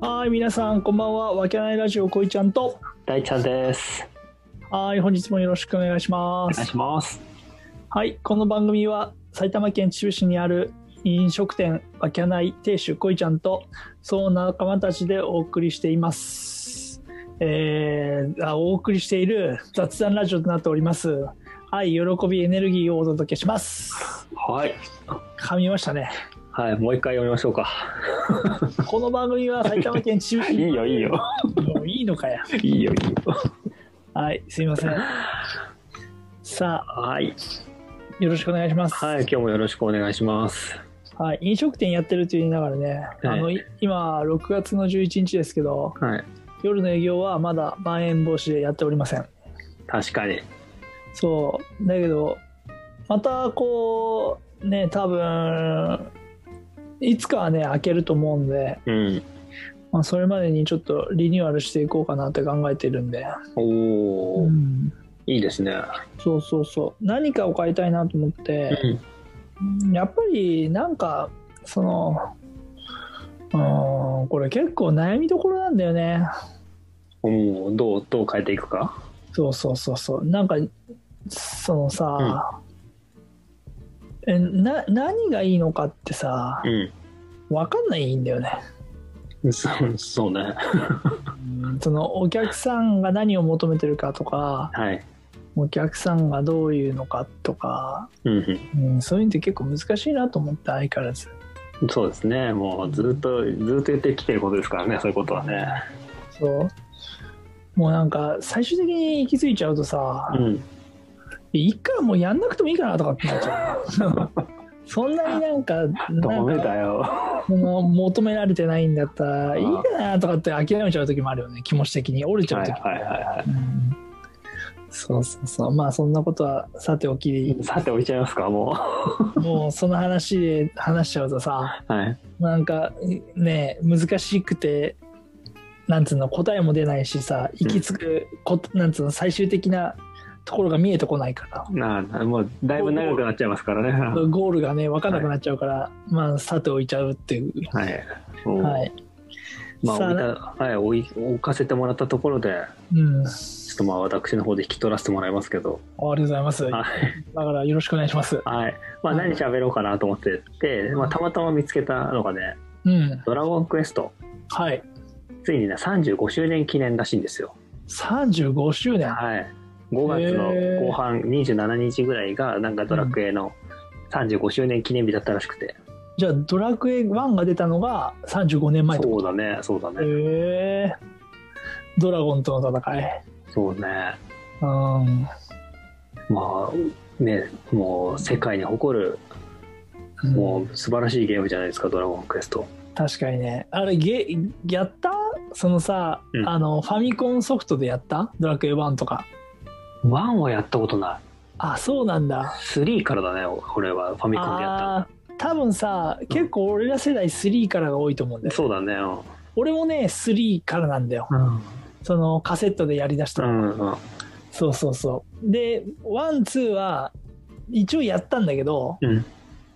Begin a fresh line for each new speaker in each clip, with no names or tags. はい、皆さん、こんばんは。わけないラジオ、こいちゃんと。
大ちゃんです。
はい、本日もよろしくお願いしま
お願い
す。
します。
はい、この番組は埼玉県秩父市にある飲食店わけない亭主こいちゃんと、その仲間たちでお送りしています。えーあ、お送りしている雑談ラジオとなっております。愛、喜び、エネルギーをお届けします。
はい。
噛みましたね。
はい、もう一回読みましょうか。
この番組は埼玉県秩父
い
市
いよ、いいよ。
もういいのかや。
いいよ、いいよ。
はい、すいません。さあ、
はい。
よろしくお願いします。
はい、今日もよろしくお願いします。
はい、飲食店やってると言いながらね、あのい今6月の11日ですけど
はい。
夜の営業はまだまん延防止でやっておりません
確かに。
そうだけどまたこうね多分いつかはね開けると思うんで、
うん。
まあ、それまでにちょっとリニューアルしていこうかなって考えてるんで、
おお、
うん
いいですね。
そうそうそう何かを変えたいなと思って、
うん。
やっぱりなんかそのうんこれ結構悩みどころなんだよね
おお、どう、どう変えていくか。
そうそうそうそうなんかそのさ、えな何がいいのかってさ
う
分かんないんだよね、
ん。そう、そうね。
そのお客さんが何を求めてるかとか
はい。
お客さんがどういうのかとか、
うん、
うん、そういうのって結構難しいなと思って相変わらず
うん。そうですね。もうずっと、ずっと言ってきてることですからね、そういうことはね。
そうもうなんか最終的に行き着いちゃうとさ、
うん。
いいかもうやんなくてもいいかなとかってなっちゃうそんなになんかな
ダ
ん
メ
か
だよ。
その求められてないんだったらいいかなとかって諦めちゃう時もあるよね気持ち的に折れちゃ
は
う
い、
時、
はい、はい、は
うんそうそうそうまあそんなことはさておき
い。さて、置いちゃいますか、も
もうその話で話しちゃうとさ
う。はい。
なんかね難しくてなんつうの答えも出ないしさ行き着くこ、なんつうの最終的なところが見えてこないから
なあもうだいぶ長くなっちゃいますからね。
ゴールがね分かんなくなっちゃうから、まあさておいちゃうっていう
はい。
はい、
まあ、
さあ
置いたはい、置い置かせてもらったところで、
うん、あり
ちょっとまあ私の方で引き取らせてもらいますけど、
がとうございますだ
はい。
からよろしくお願いします
はい、まあ
はい
何喋ろうかなと思ってて、まあたまたま見つけたのがね、
うん
ドラゴンクエスト、
はい
ついにね、35周年記念らしいんですよ。
35周年
はい。5月の後半、27日ぐらいが、なんかドラクエの35周年記念日だったらしくて。
じゃあ「ドラクエ1」が出たのが35年前ってこ
そうだね、そうだ
と
ね。
へえドラゴンとの戦い
そうね。
うん
まあねもう世界に誇るもう素晴らしいゲームじゃないですか「ドラゴンクエスト
確かにねあれゲやったそのさ、
うん
あのファミコンソフトでやったドラクエ1とか」
1はやったことない
あそうなんだ
3からだね俺はファミコンでやったの
あー多分さ結構俺ら世代3からが多いと思うんだよ
そうだね
俺もね3からなんだよ
うん
そのカセットでやりだした
う
の、
んうん
そうそうそうで12は一応やったんだけど
うん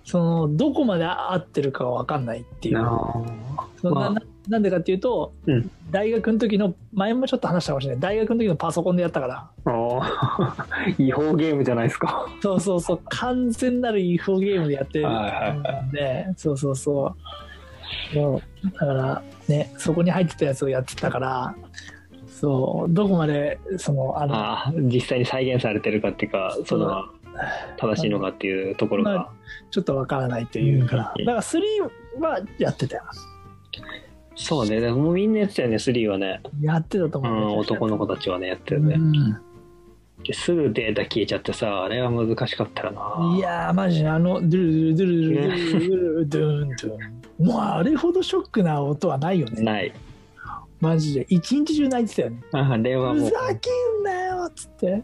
そのどこまで合ってるかは分かんないっていう
あ
その
まあ
ななんでかっていうと、
うん
大学の時の前もちょっと話したかもしれない大学の時のパソコンでやったから
あー 違法ゲームじゃないですか
そうそうそう完全なる違法ゲームでやってる
はいはいは
んでそうそうそうそうだからねそこに入ってたやつをやってたからそうどこまでそのあの
あー実際に再現されてるかっていうかその正しいのかっていうところ
ま
が
ちょっとわからないというか、
うん
だから3はやってたよ
そうねでももうみんなやってたよね3はね、
やってたと
う
思
ん、
う、
男の子たちはねやってるね、ですぐデータ消えちゃってさあれは難しかったよ
うん
ない
やーマジであのドゥルドゥルドゥルドゥルドゥルドゥンドゥンもうあれほどショックな音はないよね
ない
マジで一日中泣いてたよね
あれは
ふ
も
ざ
う
けんなよっつって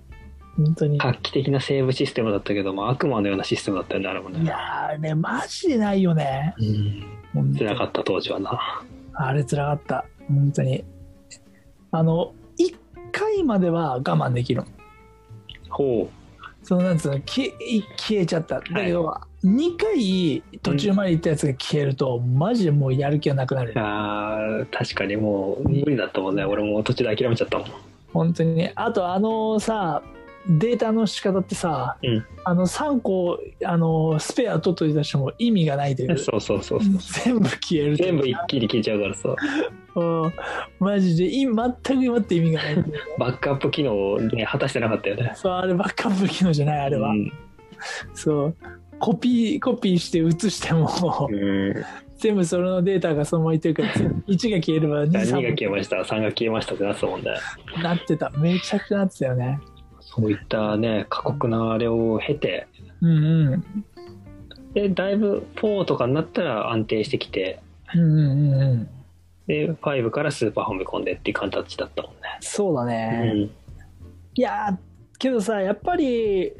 本当に
画期的なセーブシステムだったけど、まあ、悪魔のようなシステムだったよねあれも
い
ね
やーあれマジでないよね
うん
本当
辛かった当時はな
あれ辛かった本当にあの1回までは我慢できるの
ほ
そのなんつうの消え消えちゃっただけど、 2回途中まで行ったやつが消えると、マジでもうやる気がなくなる
あー確かにもう無理だったもんね俺もう途中で諦めちゃったもん
本当にねあとあのさデータの仕方ってさ、
うん
あの3個あのスペア取っといたとしても意味がないという
そうそうそうそう
全部消えるという
全部一気に消えちゃうからさ
うんマジでい全く今って意味がないっていう
バックアップ機能ね果たしてなかったよね
そうあれバックアップ機能じゃないあ
あ
れは、
うん、
そうコピーコピーして写しても
うん
全部そのデータがそのままいってる から1が消えれば2
2が
3
消えました3が消えましたってなってたもんね
がなってためちゃくちゃなってたよね
そういったね過酷なあれを経て
うんうん
でだいぶ4とかになったら安定してきて
うんうんうんうん
で5からスーパーファミコンでっていう形だったもんね
そうだね、いやーけどさやっぱり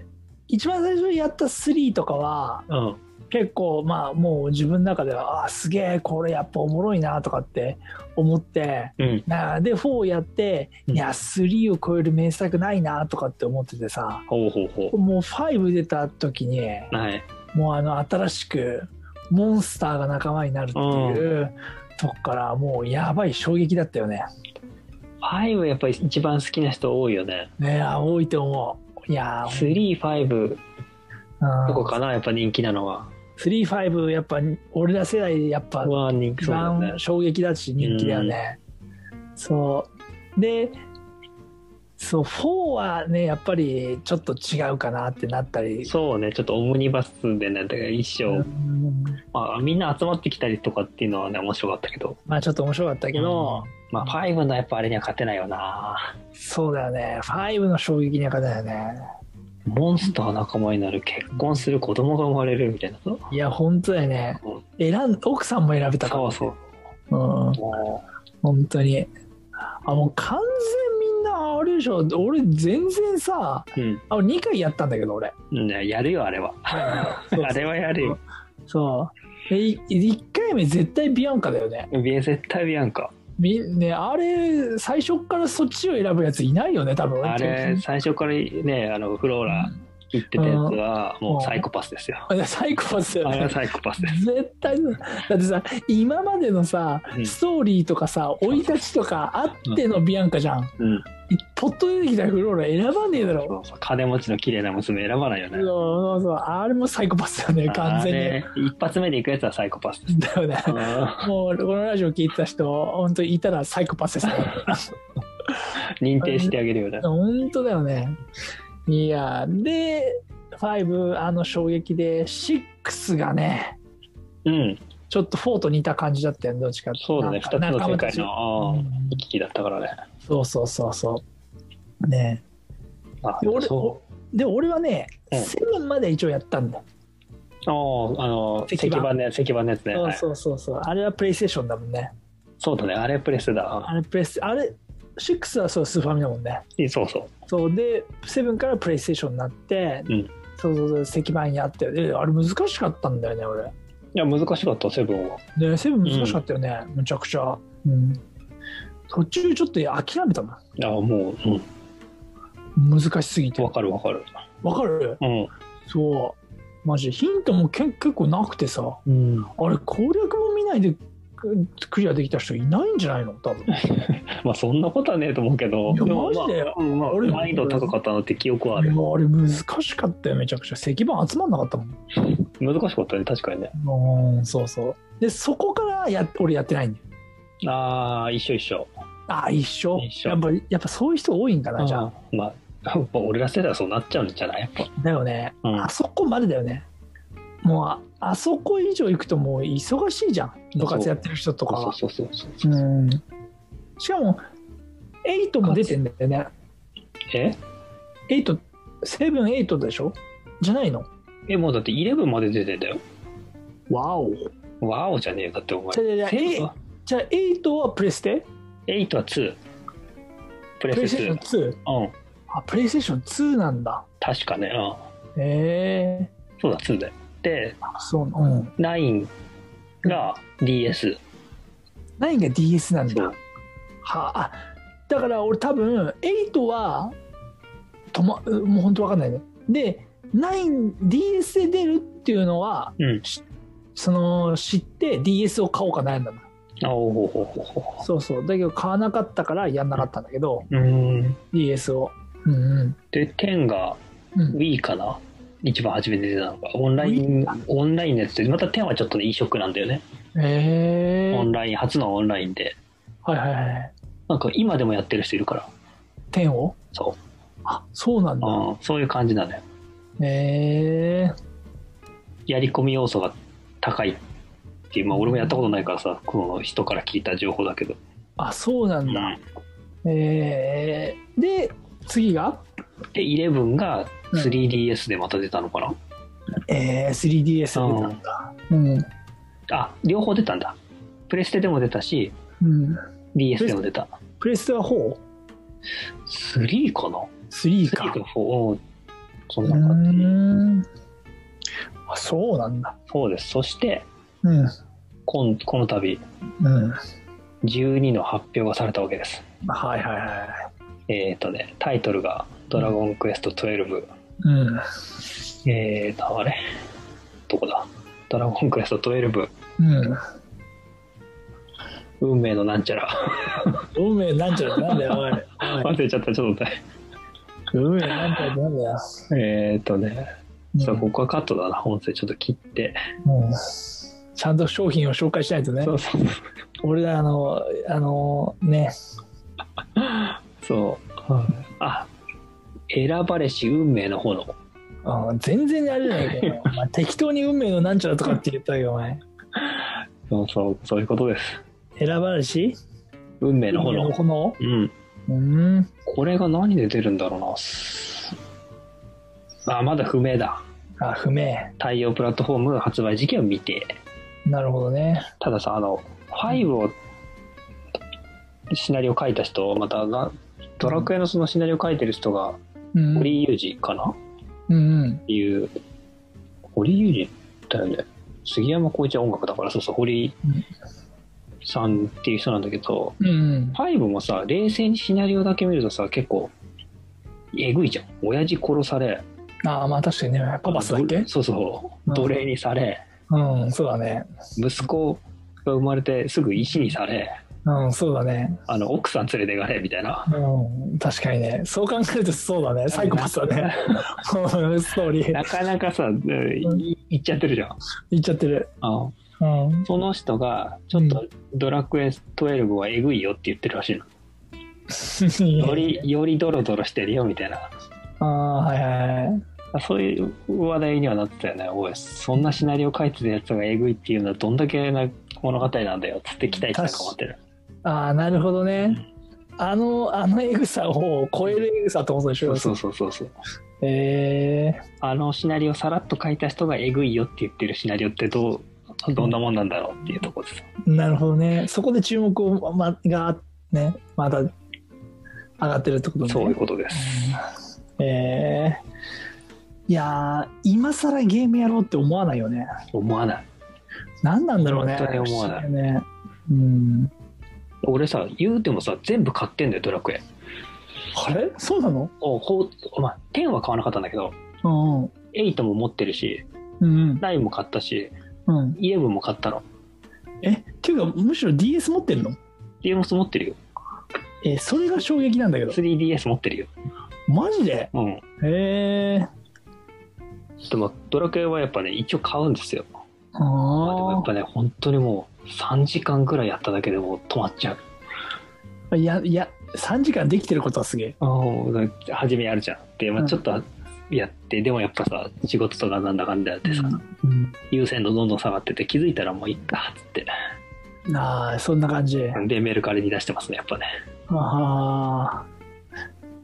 一番最初にやった3とかは
うん、うん、
結構まあもう自分の中ではあーすげえこれやっぱおもろいなとかって思って
うん、
なで4やって
うん
いや3を超える名作ないなとかって思っててさ
ほうほうほ
もう5出た時に
うはい
もうあの新しくモンスターが仲間になるっていうとこからもうやばい衝撃だったよね。
5やっぱり一番好きな人多いよね
ねえ多いと思う。いやー
35
うん
どこかなやっぱ人気なのは
35やっぱ俺ら世代でやっぱ
は人気
一
そうだよね
番衝撃だし人気だよね。そうでそう4はねやっぱりちょっと違うかなってなったり
そうねちょっとオムニバスでねだから一生、
うん
まあ、みんな集まってきたりとかっていうのはね面白かったけど
まあちょっと面白かったけど、
まあ5のやっぱあれには勝てないよな
そうだよね5の衝撃には勝てないよね
モンスター仲間になる結婚する子供が生まれるみたいなさ
いや本当だよね
うん
選ん奥さんも選べたから
そう
う
そう
ん
も
本当にあもう完全みんなあれでしょ俺全然さ
ううん
あ2回やったんだけど 俺
うんねやるよあれはあ
そう
れはやるよ
そう。で、い一回目絶対ビアンカだよね。
ビエ絶対ビアンカ
みね、あれ、最初からそっちを選ぶやついないよね、多分。
あれ最初からねあのフローラ言ってたやつはもうサイコパスですよ
あれサイコパスだよ
あれは
ね。
サイコ パスです
絶対だってさ今までのさ、
うん
ストーリーとかさ生い立ちとかあってのビアンカじゃん、
うん
ポッと出てきたフローラ選ばねえだろ
そうそう金持ちの綺麗な娘選ばないよ
そ
ね
うそうそうあれもサイコパスだよね完全
あ
に
れ一発目で行くやつはサイコパス です
だよねもうこのラジオ聞いてた人本当にいたらサイコパスですね
認定してあげるよね
本当だよねいやで5あの衝撃で6がね
うん
ちょっと4と似た感じだったよねどっちかって
そうだ
なん
ね、
か
2つの世界
仲間たち
のうん
うん
行き来だったからね。
そうそうそうそうね
あ
で俺
そ
で俺はね、
うん
7まで一応やったんだ、
うあああの
石
石
板
板ね、石板のやつね。はい
そうそうそうそうあれはプレイステーションだもんね
そうだね、あれプレスだ。
あれプレスあれ6はそうスーファミだもんね
そうそう。
そうで7からプレイステーションになって、
うん
そうそうそう石板やってであれ難しかったんだよね俺
いや、難しかった、セブンは。
ねセブン難しかったよね、むちゃくちゃ、うん、途中ちょっと諦めたも
ああもう、うん
ん難しすぎて
わかるわかる。
わかる
うん。
そうマジヒントもけ結構なくてさ
うん、
あれ攻略も見ないでくクリアできた人いないんじゃないの多分
まあ、そんなことはねえと思うけど、
いや
もま
マジで
あ、うんまあ、
俺
難易度高かったのって記憶 はあ
い
る
や。あれ難しかったよめちゃくちゃ石板集まんなかった
難しかったね、確かにね。
もんうんそうそうでそこからや俺やってないんだよ
ああ、一緒一緒。
ああ一緒
一緒
やっぱやっぱそういう人多いんかなじゃあ
うんまあ、 やっぱ俺ら世代はそうなっちゃうんじゃないやっぱ。
だよね
うん
あそこまでだよね。もうああそこ以上行くともう忙しいじゃん部活やってる人とかは。
そうそうそうそう。
うんしかも8も出てんだよね。
え
8、78でしょじゃないの
え、もうだって11まで出てんだよ。
わお。
ワオじゃねえよだってお前
じゃあじゃあ
セ
えじゃあ8はプレステ
8は2プ
プレ
レ
イス
ス
テー
テ
ション
2
2?
うん
あ、プレイステーション2なんだ。
確かねう
へえ
んそうだ2だよで
ー。そうなうん。
9が DS
何が DS なん
そ
だ。
う
はああ。だから俺多分8はとまもう本当わかんないね。で 9DS で出るっていうのは
うん。
その知って DS を買おうか悩んだの
あおほほほほほ。
そうそうだけど買わなかったからやんなかったんだけど、
うーん。
DS をうんうん
で、10が
うん
Wii かな一番初めて出たのが。オンライン、オンラインのやつで、また10はちょっとね、いいショックなんだよね。
え
オン
ー、
ライン、初のオンラインで。
はいはいはい
なんか今でもやってる人いるから。
10を
そ
あそうなん
う。
だ
うん、そういう感じなのよ。
え
やり込み要素が高いっていう、まあ俺もやったことないからさ、この人から聞いた情報だけど。
ー、あそうなんだ、えー、で次が、
で、11が
うん
3DS でまた出たのかな、
えー、3DS 出たんだうん
あ、両方出たんだ。プレステでも出たし、
うん、
DS でも出た。
プレステは
3かな
4?3 か
?3 と4。うんそん
う
な感じ。
んあそうなんだ
そうです。そして、
うん
こんこの度、
うん
12の発表がされたわけです。
はいはいはい
えっ、とね、タイトルが、ドラゴンクエスト12。
うん
えーと、あれどこだドラゴンクエスト12。
うん
運命のなんちゃら。
運命なんちゃらってなんだよ、おいおい。
忘れちゃった、ちょっと待っ
運命なんちゃらってなんだよ。
て。えーとね、 そうここはカットだな、音声ちょっと切って。
うんちゃんと商品を紹介しないとね
そ。うそう
俺らあの、あの、ね。
そう。あ、選ばれし運命の炎。
うん全然あれじゃないけ ど、お前適当に運命のなんちゃらとかって言ったよ、お前。
そうそう、そういうことです。
選ばれし
運命
運
の
命の
炎。
炎
うん。
うん。
これが何で出るんだろうな。あ、まだ不明だ。
あ、不明。
対応プラットフォーム発売時期を未定。
なるほどね。
たださ、あの、5を、シナリオ書いた人、またが、ドラクエのそのシナリオ書いてる人が、
うん。うん
堀井裕二かなっ
うん。
ていう、堀井裕二だよね。杉山浩一は音楽だから、そうそう、堀井
うん
さんっていう人なんだけど、
うん。
5もさ、冷静にシナリオだけ見るとさ、結構、えぐいじゃん。親父殺され、
ああ、まあ確かにね。パパスだっけ
どそうそ
う
う、
ん
奴隷にされ、
うん、そうだね。
息子が生まれてすぐ石にされ、
うん、そうだね。
あの、奥さん連れていかれ、みたいな。
うん、確かにね。そう考えるとそうだね。サイコパスだね。 うんストーリー。
なかなかさ、
ん
いいっちゃってるじゃん。
言っちゃってる。
あ
うん。
その人が、ちょっとドラクエ12はえぐいよって言ってるらしいの。より、よりドロドロしてるよみたいな。
ああ、はいはいはい。
そういう話題にはなってたよね。おい、そんなシナリオ書いてるやつがえぐいっていうのはどんだけな物語なんだよっつって期待してたか思ってる。
ああ、なるほどね。あの、あのエグさを超えるエグさってことでし
そ
ょ
うそうそうそうそう。
え
あのシナリオさらっと書いた人がえぐいよって言ってるシナリオってどう、どんなもんなんだろうっていうところです。
ー、なるほどね。そこで注目を、ま、が、ね、また上がってるってことね。
そういうことです。
えーいやー今更ゲームやろうって思わないよね。
思わない。
何なんだろうね。
本当に思わない
不思議だよね。うん。
俺さ、言うてもさ、全部買ってんだよ、ドラクエ。
あれそうなの
おこうまあ、10は買わなかったんだけど、
うん
8も持ってるし、
うん。
9も買ったし、
うん。うん。
11も買ったの。
え、っていうか、むしろ DS 持ってるの
DMS 持ってるよ。
え、それが衝撃なんだけど。
3DS 持ってるよ。
マジで
うん。
へえ。
でも、ドラクエはやっぱね、一応買うんですよ。まあでもや
あ
っぱね、本当にもう、3時間ぐらいやっただけでもう止まっちゃう。
あ。いや、いや、3時間できてることはすげえ。
ああ、初めやるじゃん。で、まあ
うん
ちょっとやって、でもやっぱさ、仕事とかなんだかんだやってさ、
うん。
優先度どんどん下がってて、気づいたらもういっか、つって。
ああ、そんな感じ。
で、メルカリに出してますね、やっぱね。
ああ。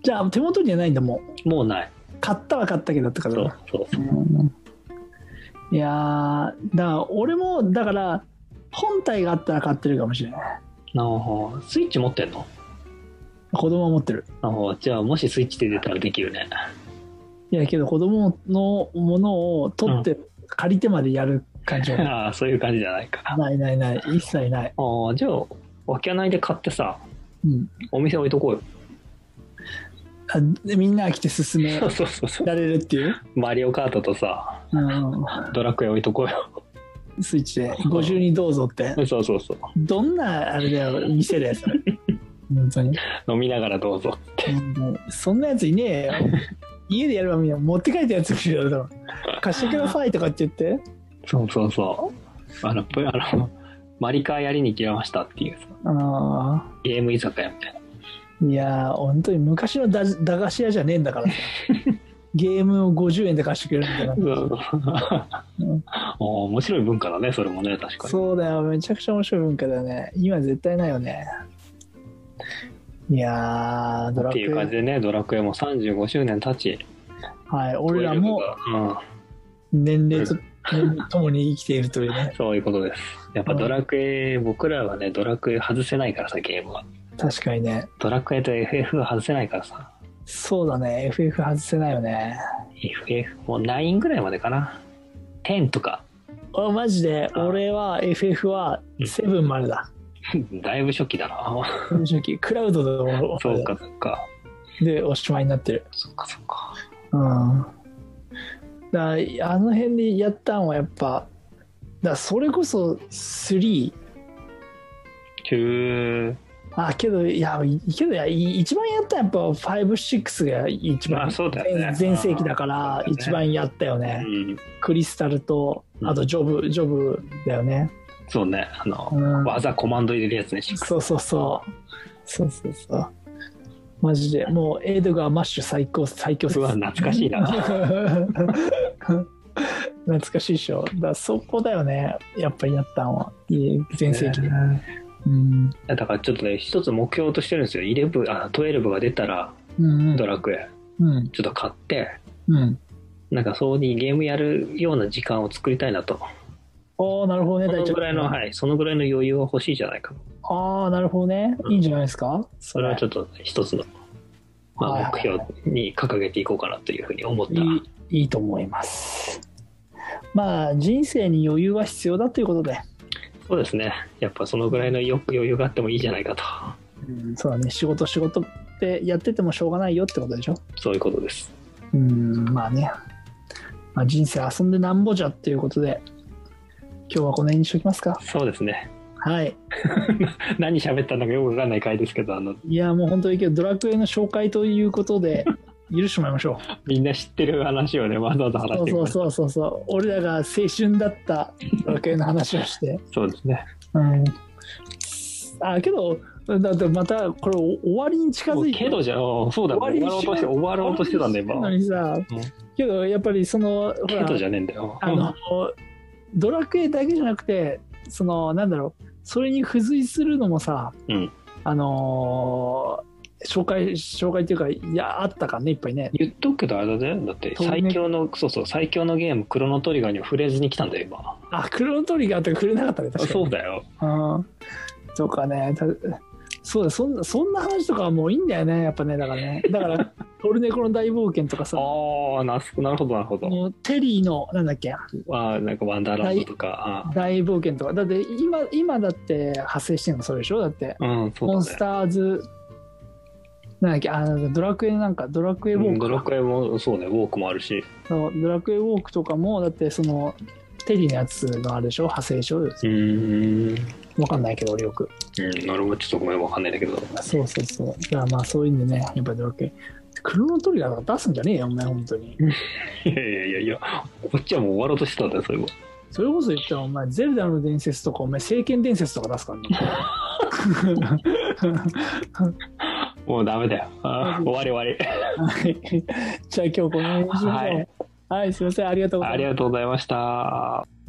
じゃあ、手元にはないんだもん。
もうない。
買ったは買ったけどってか
そ
ら
う、そう。
いやーだから俺もだから本体があったら買ってるかもしれない
なるほどスイッチ持ってんの
子供は持ってる
なるほどじゃあもしスイッチで出たらできるね
いやけど子供のものを取って借りてまでやる感じはない
ああそういう感じじゃないかあ
ないないない一切ない、
あじゃあわけないで買ってさ
うん、
お店置いとこうよ
あでみんなが来て進め
そうそうそうそう
られるっていう
マリオカートとさ
う
ドラクエ置いとこうよ。
ん、スイッチで52どうぞって
そうそうそう。
どんなあれだよ店だよそれ本当に
飲みながらどうぞ。
もうそんなやついねえよ家でやればみんな持って帰ったやつ来るよ多分貸してくださいとかって言って
そうそうそう。あの、ぷあの、マリカーやりに来ましたっていうさ
あ
ゲーム居酒屋みたいな。
ーいやー本当に昔のだ駄菓子屋じゃねえんだからさゲームを50円で貸してくれるみたいな
そうそう
うん
おー面白い文化だね、それもね、確かに。
そうだよめちゃくちゃ面白い文化だよね今絶対ないよねいやードラ
っ
ク
ていう感じ
エ
でね、ドラクエも35周年経ち、
はい俺らも
うん、
年齢と年齢ともに生きているというね
そういうことです。やっぱドラクエ、僕らはね、ドラクエ外せないからさ、ゲームは。
確かにね
ドラクエと FF は外せないからさ。
そうだね FF 外せないよね
FF、もう9ぐらいまでかな。10とか、
あマジで
あ
俺は FF は7までだ
だいぶ初期だな。
正直クラウドでも
そうか、そうか。
でおしまいになってる
そうか、そうか。
うんだからあの辺でやったんはやっぱだからそれこそ3
中、
あけどいやいけどいやい一番やったんはやっぱ56が一
まあ
番
そうだよね
全。全盛期だから
そうだね
一番やったよね
うん、
クリスタルとあとジョブ、ジョブだよね
そうね、あの、
うん
技コマンド入れるやつね、
そうそうそう。そうそうそう。マジで、もうエドガー・マッシュ最高、最強説
うわ懐かしい な
懐かしいでしょ。だからそこだよね。やっぱりやったんは。いい全盛期で。
ね
うん。
だからちょっとね、一つ目標としてるんですよ。11、あ、12が出たら、
うん。
ドラクエ、
うん。
ちょっと買って、
うん。
なんかそうにゲームやるような時間を作りたいなと。
おおなるほどね、
その
大
ぐらいの、
あ
はい、そのぐらいの余裕は欲しいじゃないか。
あー、なるほどね。いいんじゃないですか。
それはちょっと一つの、まあ、目標に掲げていこうかなというふうに思った。
いい、いいと思います。まあ、人生に余裕は必要だということで。
そうですね。やっぱそのぐらいのよ余裕があってもいいじゃないかと。
そうだね。仕事、仕事ってやっててもしょうがないよってことでしょ。
そういうことです。
うんまあね、まあ、人生遊んでなんぼじゃっていうことで今日はこの辺にしときますか
そうですね。
はい
何喋ったのかよくわかんない回ですけど、あの、
いやもう本当にいいけどドラクエの紹介ということで許してもらいましょ
みんな知ってる話をね、わざわざ
う
話
そ
し
う
て
そう
くれた。
そうそうそう俺らが青春だったドラクエの話をして
そうですね。
うんあけどだってまたこれお終わりに近
もう
づいて
けどじゃ、おそうだ、終
終わ
わろう
り
と
にし
し、
てよ
終わろうとしてたんだ、
終わ
今。
りにしてんのにさ
うん
けどやっぱりそのほ
け
ら
どじゃねえんだよ。
あの、ドラクエだけじゃなくてそのなんだろうそれに付随するのもさ、
うん
あのー紹介紹介っていうかいやあったからねいっぱいね
言っとくけどあれだよだって
そうね
最強のそうそう最強のゲームクロノトリガーには触れずに来たんだよ今
あクロノトリガーとか触れなかったね確かに
そうだよ
うんとかねたそうだそんなそんな話とかはもういいんだよねやっぱねだからねだから トルネコの大冒険とかさ
ああなすなるほどなるほど
もうテリーのなんだっけ
あーなんかワンダーランドとか
大冒険とかだって今今だって発生してるのそれでしょだって
あーうんそ
モ
う
ン
だ
ス
ね
ターズ、なんだっけ、あ、なんかドラクエなんか、ドラクエウ
う
ォ
んド
ー
ラ
ク
クエもそうねウォークもあるし
の、ドラクエウォークとかも、だってその、テリーのやつがあるでしょ派生でしょ
うーん
わかんないけど、俺よく。
うんなるほどちょっとごめんわかんないんだけど
そうそうそう。だからまあ、そういうんでね、やっぱりドラクエ。クロノトリガーとか出すんじゃねえよ、お前、本当に。
いやいやいやいやこっちはもう終わろうとしてたんだよそれは
それこそ言ったら、お前、ゼルダの伝説とか、お前、聖剣伝説とか出す からね。
もうダメだよあー終わり終わ
はい。じゃあ、今日この辺にしましょう。
はい
はい、すいません、ありがとう
り
ござい
あ
まし
り
た
がとうございました